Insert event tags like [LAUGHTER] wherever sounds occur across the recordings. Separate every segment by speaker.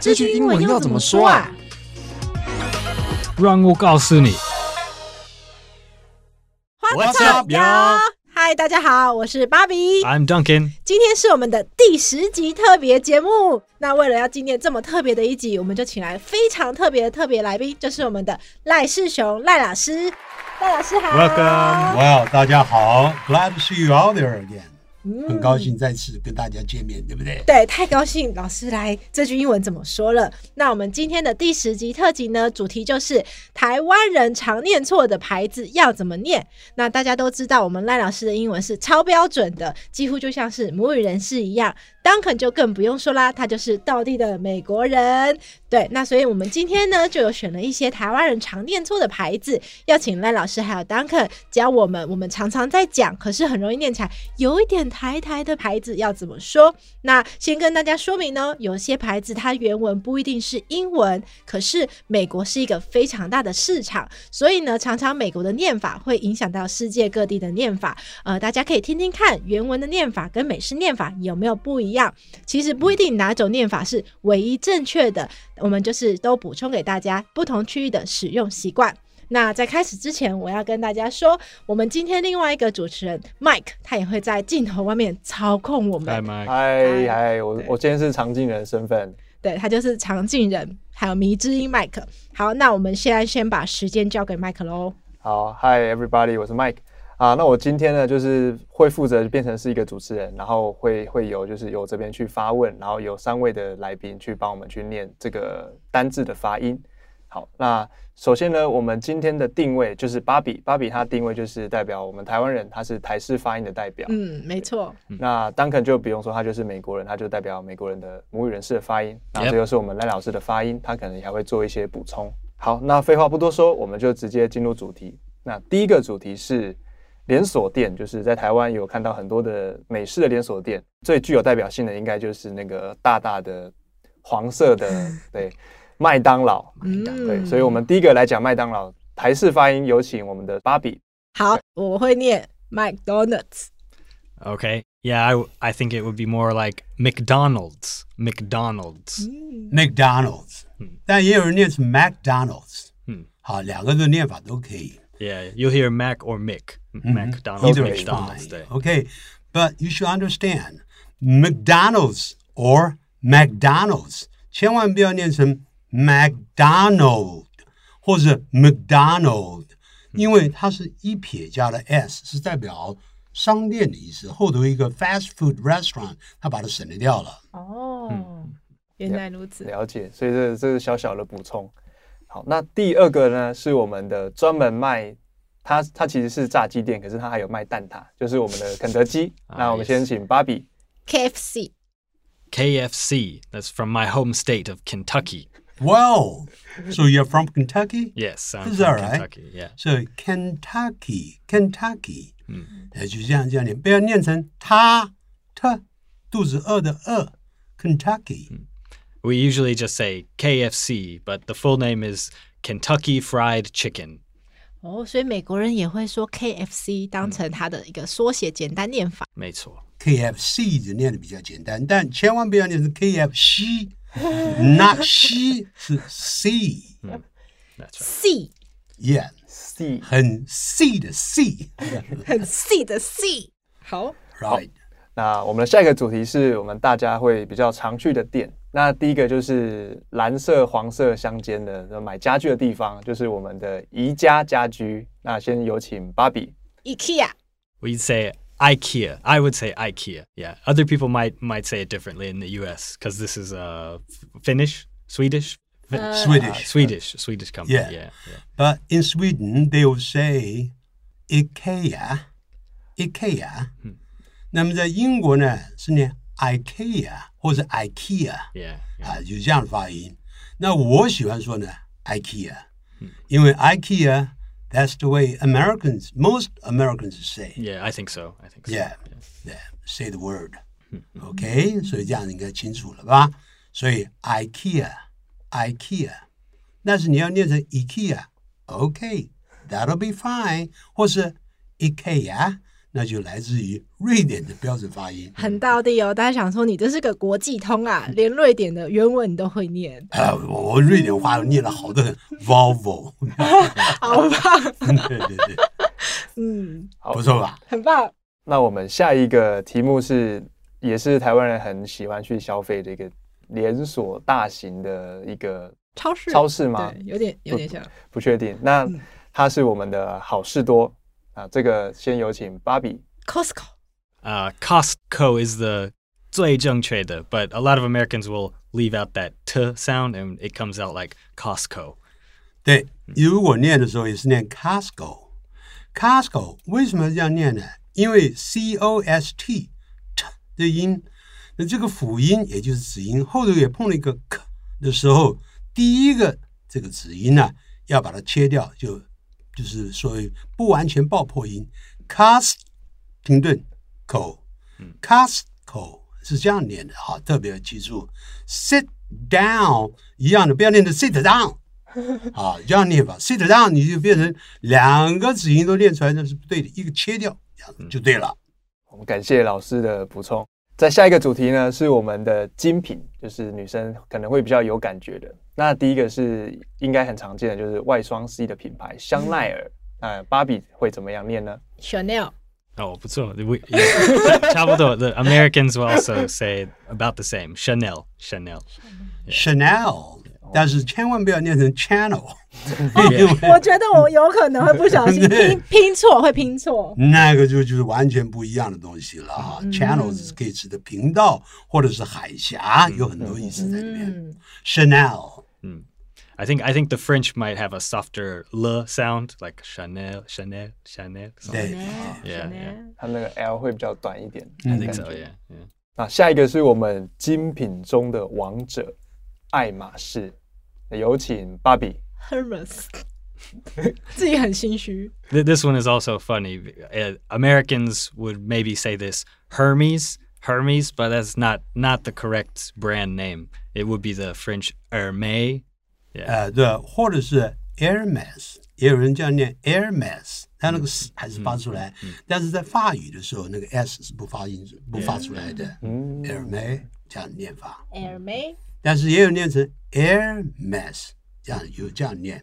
Speaker 1: 这句英文要怎么说啊？
Speaker 2: 让我告诉你，
Speaker 1: What's
Speaker 2: up, y'all？啊
Speaker 3: 嗨，大家好，我是芭比。
Speaker 2: I'm Duncan。
Speaker 3: 今天是我们的第十集特别节目。那为了要纪念这么特别的一集，我们就请来非常特别的特别来宾，就是我们的赖世雄赖老师。赖老师好
Speaker 2: Welcome
Speaker 4: Well，大家好，Glad to see you out there again，
Speaker 3: 嗯
Speaker 4: 很高。兴再次跟大家见面，对不对？
Speaker 3: 对，太高兴老师来这句英文怎么说了？那我们今天的第十集特辑呢，主题就是台湾人常念错的牌子要怎么念。那大家都知道，我们赖老师的英文是超标准的，几乎就像是母语人士一样。Duncan 就更不用说啦，他就是道地的美国人。对，那所以我们今天呢，就有选了一些台湾人常念错的牌子，要请赖老师还有 Duncan 教我们，我们常常在讲，可是很容易念起来有一点台台的牌子要怎么说？那先跟大家说明呢，有些牌子它原文不一定是英文，可是美国是一个非常大的市场，所以呢，常常美国的念法会影响到世界各地的念法。呃，大家可以听听看原文的念法跟美式念法有没有不一样。其实不一定哪种念法是唯一正确的，我们就是都补充给大家不同区域的使用习惯。那在开始之前，我要跟大家说，我们今天另外一个主持人 Mike，他也会在镜头外面操控我
Speaker 2: 拜
Speaker 3: 们，
Speaker 2: 拜。
Speaker 3: 嗨
Speaker 5: 嗨嗨，我
Speaker 3: 对
Speaker 5: 我今天是常进人的身份，
Speaker 3: 对他就是常进人，还有迷之音 Mike。好，那我们现在先把时间交给 Mike 喽。
Speaker 5: 好，Hi everybody，我是 Mike 啊。那我今天呢，就是会负责变成是一个主持人，然后会会由就是由这边去发问，然后有三位的来宾去帮我们去念这个单字的发音。好，那首先呢，我们今天的定位就是芭比，芭比她定位就是代表我们台湾人，她是台式发音的代表。
Speaker 3: 嗯，没错，
Speaker 5: 那 Duncan 就不用说，他就是美国人，他就代表美国人的母语人士的发音。然
Speaker 2: Yep
Speaker 5: 后这就是我们赖老师的发音，他可能还会做一些补充。好，那废话不多说，我们就直接进入主题。那第一个主题是连锁店，就是在台湾有看到很多的美式的连锁店，最具有代表性的应该就是那个大大的黄色的对麦当劳。
Speaker 3: 嗯，
Speaker 5: 对，所以我们第一个来讲麦当劳台式发音，有请我们的芭比。
Speaker 3: 好，我会念 McDonald's。
Speaker 2: Okay. Yeah, I, w- I think it would be more like McDonald's. McDonald's.
Speaker 4: McDonald's，但也有人念成 McDonald's，
Speaker 2: 嗯
Speaker 4: 好，两个的念法都可以
Speaker 2: Yeah, you'll hear Mac or Mick. McDonald's.
Speaker 4: ，either is
Speaker 2: McDonald's.
Speaker 4: fine。
Speaker 2: 对。
Speaker 4: OK，but you should understand McDonald's or McDonald's，千万不要念成 McDonald 或者 McDonald，因为它是一撇加了 s，是代表商店的意思，后头一个 fast food restaurant，它把它省略掉了。
Speaker 3: 哦，原来如此。
Speaker 5: 了解，所以这这是小小的补充。好，那第二个呢，是我们的专门卖，它它其实是炸鸡店，可是它还有卖蛋挞，就是我们的肯德基。
Speaker 2: [LAUGHS] 啊
Speaker 5: 那我们
Speaker 2: yes
Speaker 5: 先请芭比
Speaker 3: KFC，
Speaker 2: KFC. That's from my home state of Kentucky.
Speaker 4: Wow. So you're from Kentucky?
Speaker 2: Yes, I'm
Speaker 4: Is
Speaker 2: from
Speaker 4: that right?
Speaker 2: Kentucky. Yeah.
Speaker 4: So Kentucky, Kentucky，嗯，呃，就这样这样念，不要念成他特肚子饿的饿，Kentucky，、
Speaker 2: We usually just say KFC, but the full name is Kentucky Fried Chicken.
Speaker 3: 哦，所以美国人也会说 KFC 当成它的一个缩写，简单念法。
Speaker 2: 没错。
Speaker 4: KFC 就念的比较简单，但千万不要念成 KFC，那 C 是 C，Yeah，
Speaker 2: That's right.
Speaker 3: C
Speaker 5: C。
Speaker 4: 很 C 的 C，Right，
Speaker 3: 很 C 的 C。好，
Speaker 5: 那我们的下一个主题是我们大家会比较常去的店。那第一个就是蓝色、黄色相间的买家具的地方，就是我们的宜家家居。那先有请芭比
Speaker 3: IKEA，
Speaker 2: We'd say IKEA. I would say IKEA. Yeah. Other people might might say it differently in the U.S. because this is uh, F- Finnish, Swedish, Fin- uh,
Speaker 4: Swedish.
Speaker 2: Swedish, Swedish company. Yeah.
Speaker 4: Yeah.
Speaker 2: yeah,
Speaker 4: But in Sweden, they will say IKEA, IKEA。那么在英国呢，是念 IKEA 或者 IKEA 啊，
Speaker 2: yeah, yeah.
Speaker 4: 就是这样的发音。那我喜欢说呢 IKEA，因为 IKEA that's the way Americans, most Americans say.
Speaker 2: Yeah, I think so. I think so.
Speaker 4: Yeah, yeah, say the word. [LAUGHS] OK，所以这样应该清楚了吧？所以 IKEA, IKEA，但是你要念成 IKEA，OK，that'll、be fine，或是 IKEA，那就来自于瑞典的标准发音。
Speaker 3: 很到地哦。大家想说你这是个国际通啊，连瑞典的原文你都会念，
Speaker 4: 啊，我我瑞典话念的好的很，Volvo， [LAUGHS]
Speaker 3: 好棒，
Speaker 4: 对对对，
Speaker 3: 嗯，
Speaker 5: 好
Speaker 4: 不错吧？
Speaker 3: 很棒。
Speaker 5: 那我们下一个题目是，也是台湾人很喜欢去消费的一个连锁大型的一个
Speaker 3: 超市，
Speaker 5: 超市吗？
Speaker 3: 对，有点有点像。
Speaker 5: 不确定。那
Speaker 3: 嗯
Speaker 5: 它是我们的好事多啊，这个先有请芭比。
Speaker 3: Costco，
Speaker 2: Uh, Costco is the 最正确的, but a lot of Americans will leave out that t sound and it comes out like Costco.
Speaker 4: 对，你如果念的时候也是念 Costco。Costco 为什么要念呢？因为 C O S T t 的音，那这个辅音也就是子音后头也碰了一个 k 的时候，第一个这个子音呢要把它切掉，就就是所谓不完全爆破音。Cost 停顿口，Costco 是这样念的，好，特别要记住。Sit down 一样的，不要念成 sit down。啊，这样念法，sit down 你就变成两个子音都念出来，那是不对的，一个切掉，这样子就对了。
Speaker 5: 我们感谢老师的补充。在下一个主题呢，是我们的精品，就是女生可能会比较有感觉的。那第一个是应该很常见的，就是外双 C 的品牌香奈儿。那芭比会怎么样念呢？
Speaker 3: Chanel，
Speaker 2: Oh, so we, yeah,
Speaker 4: [LAUGHS]
Speaker 2: 差不多, the Americans will also say about the same. Chanel, Chanel.
Speaker 4: Chanel，但是千万不要念成 channel，因
Speaker 2: Yeah.
Speaker 4: 为
Speaker 3: 我觉得我有可能会不小心拼拼错，会拼错。
Speaker 4: 那个就就是完全不一样的东西了哈。Channel 是可以指的频道或者是海峡，有很多意思在里面。
Speaker 3: 嗯
Speaker 4: Chanel，
Speaker 2: I think I think the French might have a softer l sound, like Chanel, Chanel, Chanel. something.
Speaker 4: 对啊
Speaker 2: Yeah, yeah.
Speaker 3: ，Chanel，
Speaker 5: 它那个 L 会比较短一点。
Speaker 2: I think so. Yeah, yeah.
Speaker 5: 那下一个是我们精品中的王者爱马仕，有请芭比。
Speaker 3: Hermes，自己很心虚。
Speaker 2: Th- This one is also funny. Uh, Americans would maybe say this Hermes, Hermes, but that's not not the correct brand name. It would be the French Hermès.
Speaker 4: 呃，对，或者是 Hermes，也有人这样念 Hermes，它那个 s 还是发出来，但是在法语的时候，那个 s 是不发音、不发出来的。
Speaker 5: 嗯
Speaker 4: Hermes 这样念法，
Speaker 3: Hermes，
Speaker 4: 但是也有念成 Hermes，这样有这样念，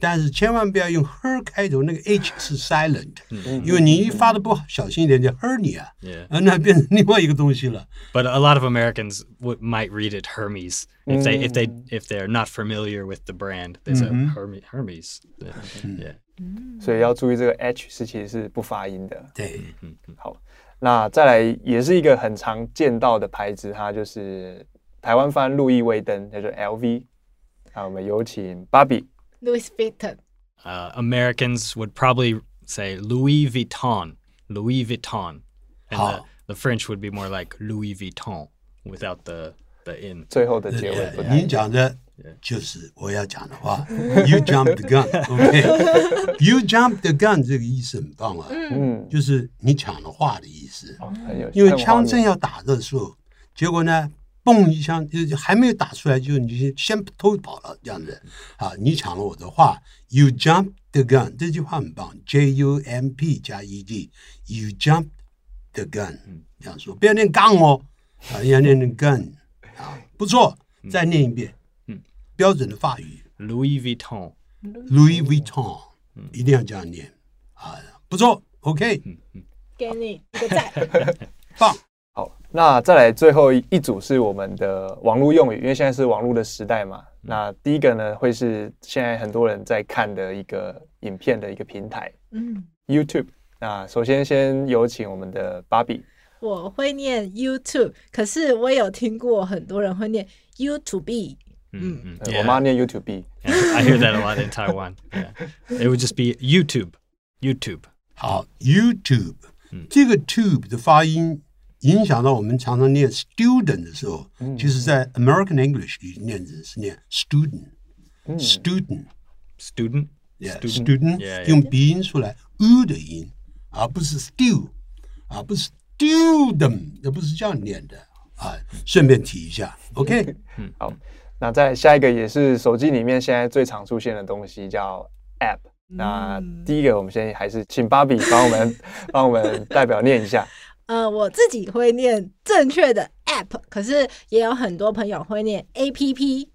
Speaker 4: 但是千万不要用 her 开头，那个 h 是 silent，因为你一发的不好小心一点叫 hernia，
Speaker 2: Yeah.
Speaker 4: 呃那变成另外一个东西了。
Speaker 2: But a lot of Americans would, might read it Hermes if they if they if they're not familiar with the brand. They say Hermes. Hermes. Yeah. yeah.
Speaker 5: 所以要注意这个 H 是其实是不发音的。
Speaker 4: 对，
Speaker 5: 好，那再来也是一个很常见到的牌子，它就是台湾翻路易威登，那就是 LV。那我们有请芭比。
Speaker 3: Louis Vuitton，
Speaker 2: Uh, Americans would probably say Louis Vuitton. Louis Vuitton. And the,
Speaker 4: Oh.
Speaker 2: the French would be more like Louis Vuitton without the the in.
Speaker 5: 最后的结尾不太一
Speaker 4: 您
Speaker 5: 样。
Speaker 4: 讲的就是我要讲的话。You jump the
Speaker 5: [LAUGHS]
Speaker 4: gun，OK？You、jump the gun 这个意思很棒啊，
Speaker 5: 嗯，
Speaker 4: 就是你抢了话的意思。
Speaker 5: 很有
Speaker 4: 因为
Speaker 5: 很有画
Speaker 4: 枪
Speaker 5: 面
Speaker 4: 正要打的时候，结果呢，嘣一枪，就还没有打出来，就你先先偷跑了这样子啊！你抢了我的话，You jump the gun，这句话很棒，J U M P 加 E D，You jump the gun，这样说，不要念 gun 哦，啊，要念成 gun 啊，不错，再念一遍，
Speaker 2: 嗯，
Speaker 4: 标准的法语
Speaker 2: Louis Vuitton.
Speaker 4: Louis Vuitton，一定要这样念啊，不错，OK，
Speaker 3: 给你一个赞。
Speaker 4: 棒，
Speaker 5: 好，那再来最后一组是我们的网络用语，因为现在是网络的时代嘛。
Speaker 2: 嗯
Speaker 5: 那第一个呢，会是现在很多人在看的一个影片的一个平台
Speaker 3: 嗯，
Speaker 5: YouTube。那首先先有请我们的芭比。
Speaker 3: 我会念 YouTube，可是我有听过很多人会念 YouTube。
Speaker 2: Mm, mm.
Speaker 5: 呃
Speaker 2: Yeah,
Speaker 5: 我妈念 YouTube，
Speaker 2: yeah, [LAUGHS] I hear that a lot in Taiwan. Yeah. It would just be YouTube. YouTube.
Speaker 4: 好，YouTube、这个 tube 的发音影响到我们常常念 student 的时候，其实在 American English 里念的是念 student，student，、
Speaker 5: 嗯
Speaker 2: Student.
Speaker 4: yeah,
Speaker 2: Student.
Speaker 4: student
Speaker 2: Yeah, yeah.
Speaker 4: 用鼻音出来 u 的音，而不是 stew，而不是 student，而不是这样念的啊。顺便提一下，OK，
Speaker 5: 好，那再下一个也是手机里面现在最常出现的东西叫 App，
Speaker 2: 嗯
Speaker 5: 那第一个，我们先还是请芭比帮我们帮我们代表念一下。
Speaker 3: 呃，我自己会念正确的 app，可是也有很多朋友会念 app。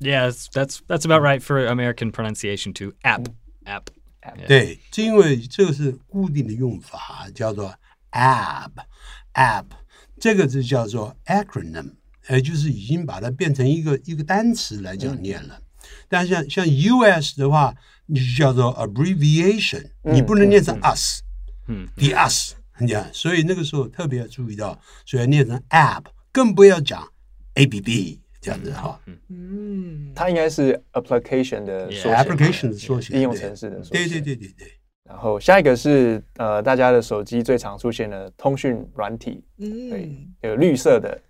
Speaker 2: Yeah, that's that's, that's about right for American pronunciation too. App, app.
Speaker 4: 对，这因为这个是固定的用法，叫做 ab，ab，这个是叫做 acronym，也就是已经把它变成一个一个单词来讲念
Speaker 5: 嗯
Speaker 4: 了。但是像像 US 的话，你就叫做 abbreviation，、你
Speaker 5: 嗯
Speaker 4: 不能念成 us，
Speaker 2: 嗯
Speaker 4: ，the us，你讲，所以那个时候特别要注意到，所以要念成 ab，更不要讲 abb 这样子哈、
Speaker 3: 嗯，
Speaker 5: 它应该是 application 的
Speaker 2: Yeah
Speaker 5: 缩写嗯
Speaker 4: a p p l i c a t i o n 的缩写，
Speaker 5: 应用程式的缩
Speaker 4: 对对
Speaker 5: 写
Speaker 4: 对对对。
Speaker 5: 然后下一个是呃，大家的手机最常出现的通讯软体，对
Speaker 3: 嗯，
Speaker 5: 有绿色的，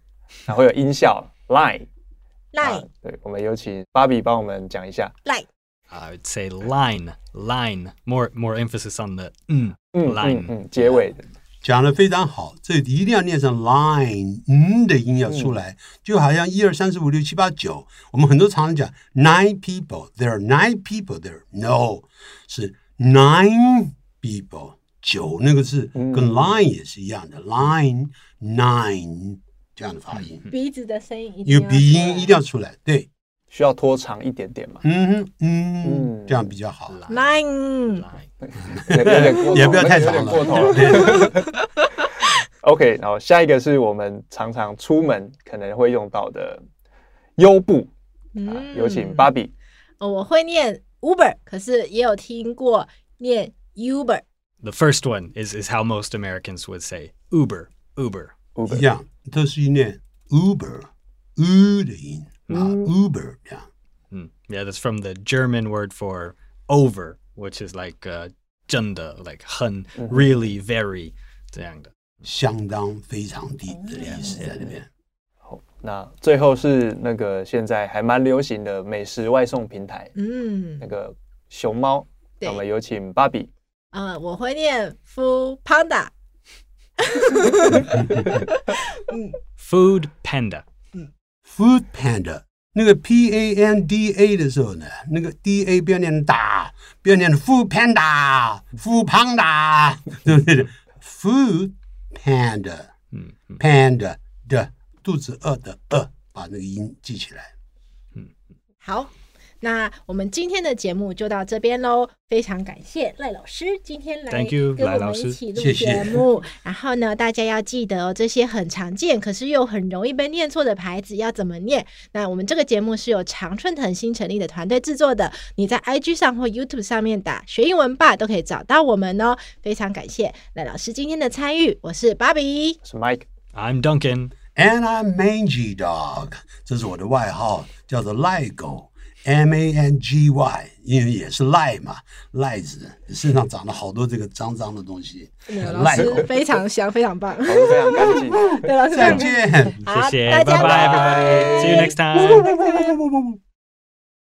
Speaker 5: 然后有
Speaker 3: [LAUGHS]
Speaker 5: 音效 Line。啊
Speaker 3: 赖
Speaker 5: 对，我们有请芭比帮我们讲一下。
Speaker 3: 赖
Speaker 2: I would say line, line. More more emphasis on the mm,
Speaker 5: 嗯嗯
Speaker 2: line.
Speaker 5: 嗯，结尾的
Speaker 4: 讲的非常好，这一定要念成 line，嗯的音要出来，就好像一二三四五六七八九，我们很多常常讲 nine people，there are nine people there，no 是 nine people，九那个字
Speaker 5: 嗯
Speaker 4: 跟 line 也是一样的、line nine 这样的发音，
Speaker 5: 嗯
Speaker 3: 鼻子的声音一定
Speaker 4: 有
Speaker 3: 要
Speaker 4: 鼻音
Speaker 3: 出来
Speaker 4: 一定要出来，对，，
Speaker 5: 需要拖长一点点嘛
Speaker 4: [LAUGHS] 嗯哼嗯
Speaker 5: 嗯，
Speaker 4: 这样比较好。
Speaker 3: 赖
Speaker 2: line.
Speaker 5: 有有点过头
Speaker 4: 也不要太
Speaker 5: 有
Speaker 4: 长
Speaker 5: 点
Speaker 4: 了
Speaker 5: 过头了。OK，然后下一个是我们常常出门可能会用到的优步，啊
Speaker 3: 嗯，
Speaker 5: 有请芭比。
Speaker 3: 哦我会念 Uber，可是也有听过念 Uber。
Speaker 2: The first one is is how most Americans would say Uber, Uber.
Speaker 4: 一样，都是念 uber，u 的音啊，uber
Speaker 5: 嗯
Speaker 4: 这样。
Speaker 2: Mm. Yeah, that's from the German word for over, which is like uh, 真的, like 很 really very 这样的.
Speaker 4: 相当非常低的意思在里面。
Speaker 5: 好，那最后是那个现在还蛮流行的美食外送平台，
Speaker 3: 嗯
Speaker 5: 那，个熊猫。
Speaker 3: 对
Speaker 5: 那我们有请芭比。
Speaker 3: 呃，我会念 Food Panda。
Speaker 2: Food Panda.
Speaker 4: Food Panda 那个 P A N D A 的时候呢，那个 D A 不要念大，不要念 Food Panda，Food Panda，对不对？Food Panda，
Speaker 2: 嗯嗯
Speaker 4: p a n d a 的肚子饿的饿，把那个音记起来。
Speaker 3: 好，那我们今天的节目就到这边喽，非常感谢赖老师今天来
Speaker 2: Thank you，
Speaker 3: 跟
Speaker 2: 赖
Speaker 3: 我
Speaker 2: 老
Speaker 3: 们
Speaker 2: 师
Speaker 3: 一起录
Speaker 4: 谢谢
Speaker 3: 节目。然后呢，大家要记得哦，这些很常见，可是又很容易被念错的牌子要怎么念？那我们这个节目是由常春藤新成立的团队制作的，你在 IG 上或 YouTube 上面打“学英文吧”都可以找到我们哦。非常感谢赖老师今天的参与，我是芭比
Speaker 5: 我。是 Mike，
Speaker 2: I'm Duncan.
Speaker 4: And I'm mangy dog，这是我的外号，叫做赖狗。M A N G Y，因为也是赖嘛，赖子身上长了好多这个脏脏的东西，
Speaker 3: 老
Speaker 4: 赖狗。
Speaker 3: 师非常香，非常棒。
Speaker 5: 我们非常干净。
Speaker 3: 对，老师非常棒
Speaker 4: 再见。
Speaker 3: 好，
Speaker 2: 谢谢，
Speaker 3: 大家
Speaker 2: bye bye everybody. See you next time.
Speaker 4: 不不不不不不不。